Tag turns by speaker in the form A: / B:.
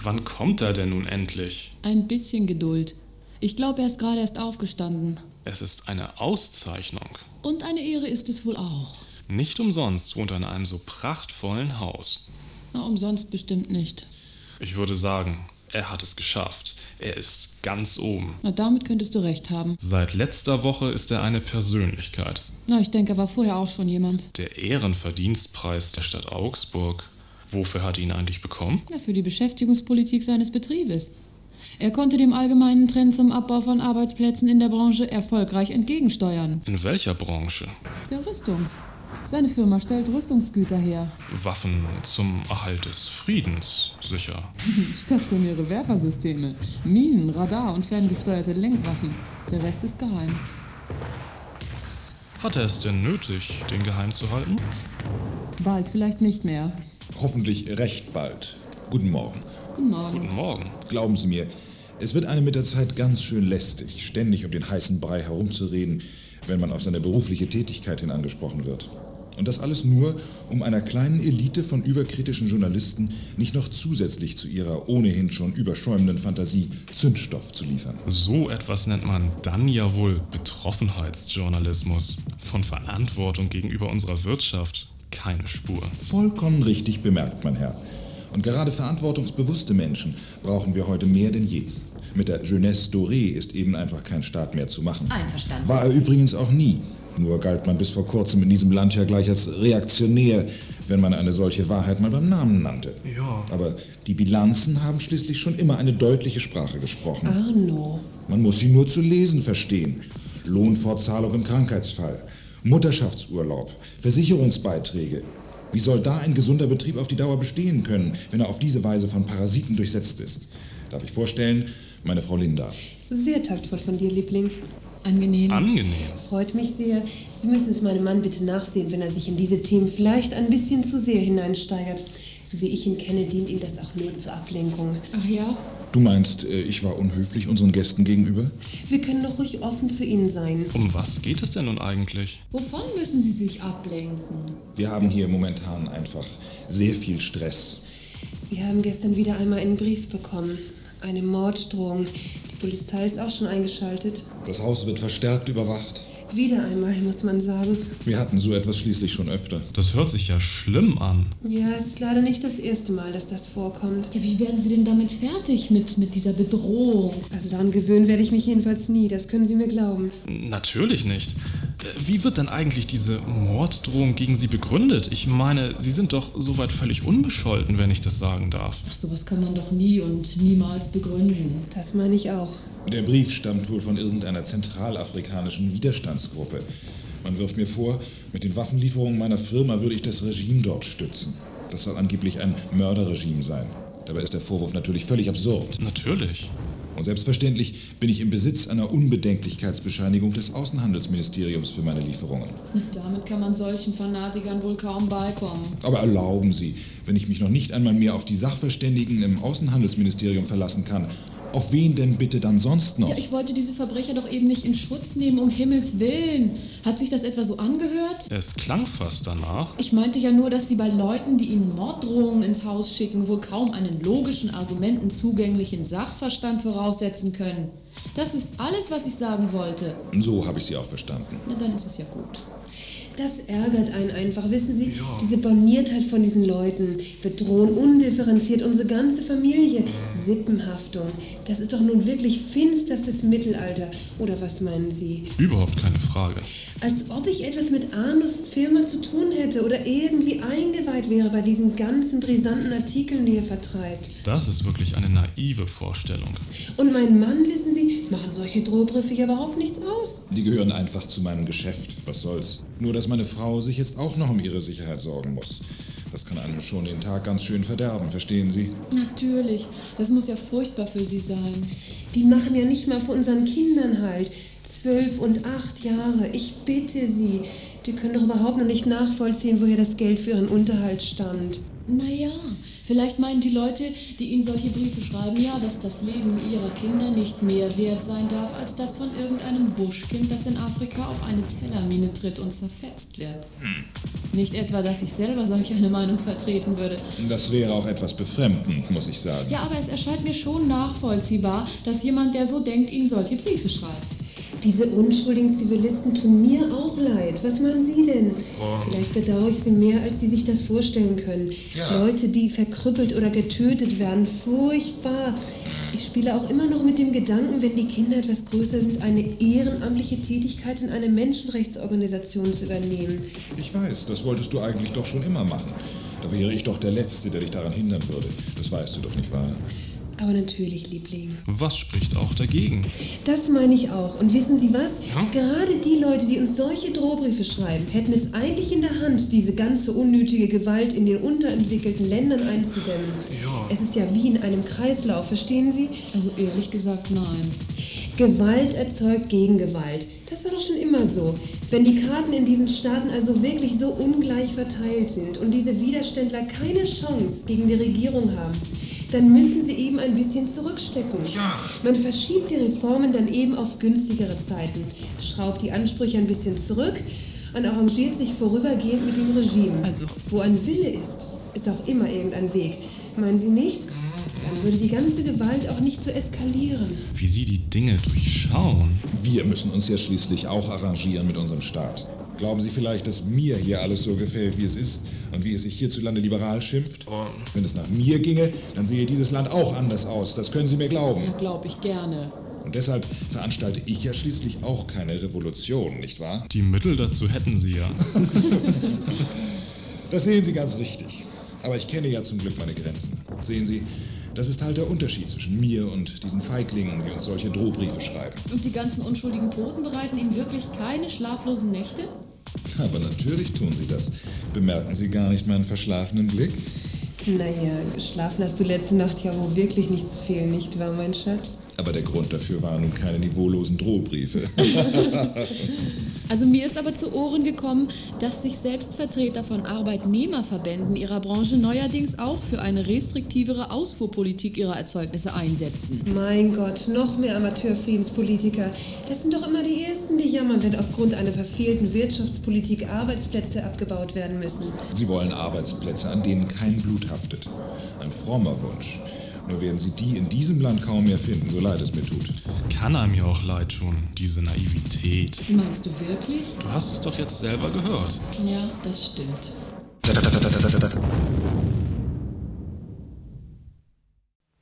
A: Wann kommt er denn nun endlich?
B: Ein bisschen Geduld. Ich glaube, er ist gerade erst aufgestanden.
A: Es ist eine Auszeichnung.
B: Und eine Ehre ist es wohl auch.
A: Nicht umsonst wohnt er in einem so prachtvollen Haus.
B: Na, umsonst bestimmt nicht.
A: Ich würde sagen, er hat es geschafft. Er ist ganz oben.
B: Na, damit könntest du recht haben.
A: Seit letzter Woche ist er eine Persönlichkeit.
B: Na, ich denke, er war vorher auch schon jemand.
A: Der Ehrenverdienstpreis der Stadt Augsburg. Wofür hat er ihn eigentlich bekommen?
B: Na, für die Beschäftigungspolitik seines Betriebes. Er konnte dem allgemeinen Trend zum Abbau von Arbeitsplätzen in der Branche erfolgreich entgegensteuern.
A: In welcher Branche?
B: Der Rüstung. Seine Firma stellt Rüstungsgüter her.
A: Waffen zum Erhalt des Friedens, sicher.
B: Stationäre Werfersysteme, Minen, Radar und ferngesteuerte Lenkwaffen. Der Rest ist geheim.
A: Hat er es denn nötig, den geheim zu halten?
B: Bald vielleicht nicht mehr.
C: Hoffentlich recht bald. Guten Morgen.
B: Guten Morgen.
A: Guten Morgen.
C: Glauben Sie mir, es wird einem mit der Zeit ganz schön lästig, ständig um den heißen Brei herumzureden, wenn man auf seine berufliche Tätigkeit hin angesprochen wird. Und das alles nur, um einer kleinen Elite von überkritischen Journalisten nicht noch zusätzlich zu ihrer ohnehin schon überschäumenden Fantasie Zündstoff zu liefern.
A: So etwas nennt man dann ja wohl Betroffenheitsjournalismus. Von Verantwortung gegenüber unserer Wirtschaft keine Spur.
C: Vollkommen richtig bemerkt, mein Herr. Und gerade verantwortungsbewusste Menschen brauchen wir heute mehr denn je. Mit der Jeunesse Dorée ist eben einfach kein Staat mehr zu machen.
D: Einverstanden.
C: War er übrigens auch nie. Nur galt man bis vor kurzem in diesem Land ja gleich als reaktionär, wenn man eine solche Wahrheit mal beim Namen nannte.
A: Ja.
C: Aber die Bilanzen haben schließlich schon immer eine deutliche Sprache gesprochen.
E: Arno.
C: Man muss sie nur zu lesen verstehen. Lohnfortzahlung im Krankheitsfall, Mutterschaftsurlaub, Versicherungsbeiträge. Wie soll da ein gesunder Betrieb auf die Dauer bestehen können, wenn er auf diese Weise von Parasiten durchsetzt ist? Darf ich vorstellen, meine Frau Linda.
E: Sehr taktvoll von dir, Liebling.
B: Angenehm.
A: Angenehm.
E: Freut mich sehr. Sie müssen es meinem Mann bitte nachsehen, wenn er sich in diese Themen vielleicht ein bisschen zu sehr hineinsteigert. So wie ich ihn kenne, dient ihm das auch mehr zur Ablenkung.
B: Ach ja?
C: Du meinst, äh, ich war unhöflich unseren Gästen gegenüber?
E: Wir können doch ruhig offen zu Ihnen sein.
A: Um was geht es denn nun eigentlich?
B: Wovon müssen Sie sich ablenken?
C: Wir haben hier momentan einfach sehr viel Stress.
E: Wir haben gestern wieder einmal einen Brief bekommen. Eine Morddrohung. Die Polizei ist auch schon eingeschaltet.
C: Das Haus wird verstärkt überwacht.
E: Wieder einmal, muss man sagen.
C: Wir hatten so etwas schließlich schon öfter.
A: Das hört sich ja schlimm an.
E: Ja, es ist leider nicht das erste Mal, dass das vorkommt.
B: Ja, wie werden Sie denn damit fertig mit, mit dieser Bedrohung?
E: Also daran gewöhnen werde ich mich jedenfalls nie, das können Sie mir glauben.
A: Natürlich nicht. Äh, Wie wird denn eigentlich diese Morddrohung gegen Sie begründet? Ich meine, Sie sind doch soweit völlig unbescholten, wenn ich das sagen darf.
B: Ach, sowas kann man doch nie und niemals begründen.
E: Das meine ich auch.
C: Der Brief stammt wohl von irgendeiner zentralafrikanischen Widerstandsgruppe. Man wirft mir vor, mit den Waffenlieferungen meiner Firma würde ich das Regime dort stützen. Das soll angeblich ein Mörderregime sein. Dabei ist der Vorwurf natürlich völlig absurd.
A: Natürlich.
C: Und selbstverständlich bin ich im Besitz einer Unbedenklichkeitsbescheinigung des Außenhandelsministeriums für meine Lieferungen.
B: Na, damit kann man solchen Fanatikern wohl kaum beikommen.
C: Aber erlauben Sie, wenn ich mich noch nicht einmal mehr auf die Sachverständigen im Außenhandelsministerium verlassen kann, auf wen denn bitte dann sonst noch?
B: Ja, ich wollte diese Verbrecher doch eben nicht in Schutz nehmen, um Himmels Willen. Hat sich das etwa so angehört?
A: Es klang fast danach.
B: Ich meinte ja nur, dass Sie bei Leuten, die Ihnen Morddrohungen ins Haus schicken, wohl kaum einen logischen, argumenten zugänglichen Sachverstand voraussetzen können. Das ist alles, was ich sagen wollte.
C: So habe ich Sie auch verstanden.
B: Na, dann ist es ja gut.
E: Das ärgert einen einfach, wissen Sie? Diese Borniertheit von diesen Leuten bedrohen undifferenziert unsere ganze Familie. Sippenhaftung, das ist doch nun wirklich finsterstes Mittelalter. Oder was meinen Sie?
A: Überhaupt keine Frage.
E: Als ob ich etwas mit Arnus Firma zu tun hätte oder irgendwie eingeweiht wäre bei diesen ganzen brisanten Artikeln, die er vertreibt.
A: Das ist wirklich eine naive Vorstellung.
E: Und mein Mann, wissen Sie, machen solche Drohbriefe ja überhaupt nichts aus.
C: Die gehören einfach zu meinem Geschäft. Was soll's? Nur, dass meine Frau sich jetzt auch noch um ihre Sicherheit sorgen muss. Das kann einem schon den Tag ganz schön verderben, verstehen Sie?
B: Natürlich. Das muss ja furchtbar für Sie sein.
E: Die machen ja nicht mal vor unseren Kindern halt. Zwölf und acht Jahre. Ich bitte Sie. Die können doch überhaupt noch nicht nachvollziehen, woher das Geld für ihren Unterhalt stammt.
B: Naja, Vielleicht meinen die Leute, die ihnen solche Briefe schreiben, ja, dass das Leben ihrer Kinder nicht mehr wert sein darf als das von irgendeinem Buschkind, das in Afrika auf eine Tellermine tritt und zerfetzt wird. Nicht etwa, dass ich selber solch eine Meinung vertreten würde.
C: Das wäre auch etwas befremdend, muss ich sagen.
B: Ja, aber es erscheint mir schon nachvollziehbar, dass jemand, der so denkt, ihnen solche Briefe schreibt.
E: Diese unschuldigen Zivilisten tun mir auch leid. Was meinen Sie denn? Vielleicht bedauere ich sie mehr, als Sie sich das vorstellen können.
C: Ja.
E: Leute, die verkrüppelt oder getötet werden, furchtbar. Ich spiele auch immer noch mit dem Gedanken, wenn die Kinder etwas größer sind, eine ehrenamtliche Tätigkeit in einer Menschenrechtsorganisation zu übernehmen.
C: Ich weiß, das wolltest du eigentlich doch schon immer machen. Da wäre ich doch der Letzte, der dich daran hindern würde. Das weißt du doch nicht wahr.
E: Aber natürlich, Liebling.
A: Was spricht auch dagegen?
E: Das meine ich auch. Und wissen Sie was? Gerade die Leute, die uns solche Drohbriefe schreiben, hätten es eigentlich in der Hand, diese ganze unnötige Gewalt in den unterentwickelten Ländern einzudämmen. Es ist ja wie in einem Kreislauf, verstehen Sie?
B: Also ehrlich gesagt, nein.
E: Gewalt erzeugt Gegengewalt. Das war doch schon immer so. Wenn die Karten in diesen Staaten also wirklich so ungleich verteilt sind und diese Widerständler keine Chance gegen die Regierung haben, dann müssen sie eben ein bisschen zurückstecken. Man verschiebt die Reformen dann eben auf günstigere Zeiten, schraubt die Ansprüche ein bisschen zurück und arrangiert sich vorübergehend mit dem Regime.
D: Also.
E: Wo ein Wille ist, ist auch immer irgendein Weg. Meinen Sie nicht? Dann würde die ganze Gewalt auch nicht so eskalieren.
A: Wie sie die Dinge durchschauen.
C: Wir müssen uns ja schließlich auch arrangieren mit unserem Staat. Glauben Sie vielleicht, dass mir hier alles so gefällt, wie es ist und wie es sich hierzulande liberal schimpft? Wenn es nach mir ginge, dann sähe dieses Land auch anders aus. Das können Sie mir glauben.
B: Ja, glaube ich gerne.
C: Und deshalb veranstalte ich ja schließlich auch keine Revolution, nicht wahr?
A: Die Mittel dazu hätten sie ja.
C: Das sehen Sie ganz richtig. Aber ich kenne ja zum Glück meine Grenzen. Sehen Sie, das ist halt der Unterschied zwischen mir und diesen Feiglingen, die uns solche Drohbriefe schreiben.
B: Und die ganzen unschuldigen Toten bereiten ihnen wirklich keine schlaflosen Nächte?
C: Aber natürlich tun Sie das. Bemerken Sie gar nicht meinen verschlafenen Blick?
E: Naja, geschlafen hast du letzte Nacht ja wohl wirklich nicht zu viel, nicht wahr, mein Schatz?
C: Aber der Grund dafür waren nun keine niveaulosen Drohbriefe.
B: Also mir ist aber zu Ohren gekommen, dass sich selbst Vertreter von Arbeitnehmerverbänden ihrer Branche neuerdings auch für eine restriktivere Ausfuhrpolitik ihrer Erzeugnisse einsetzen.
E: Mein Gott, noch mehr Amateurfriedenspolitiker. Das sind doch immer die Ersten, die jammern, wenn aufgrund einer verfehlten Wirtschaftspolitik Arbeitsplätze abgebaut werden müssen.
C: Sie wollen Arbeitsplätze, an denen kein Blut haftet. Ein frommer Wunsch. Nur werden Sie die in diesem Land kaum mehr finden, so leid es mir tut.
A: Kann einem ja auch leid tun, diese Naivität.
B: Meinst du wirklich?
A: Du hast es doch jetzt selber gehört.
B: Ja, das stimmt.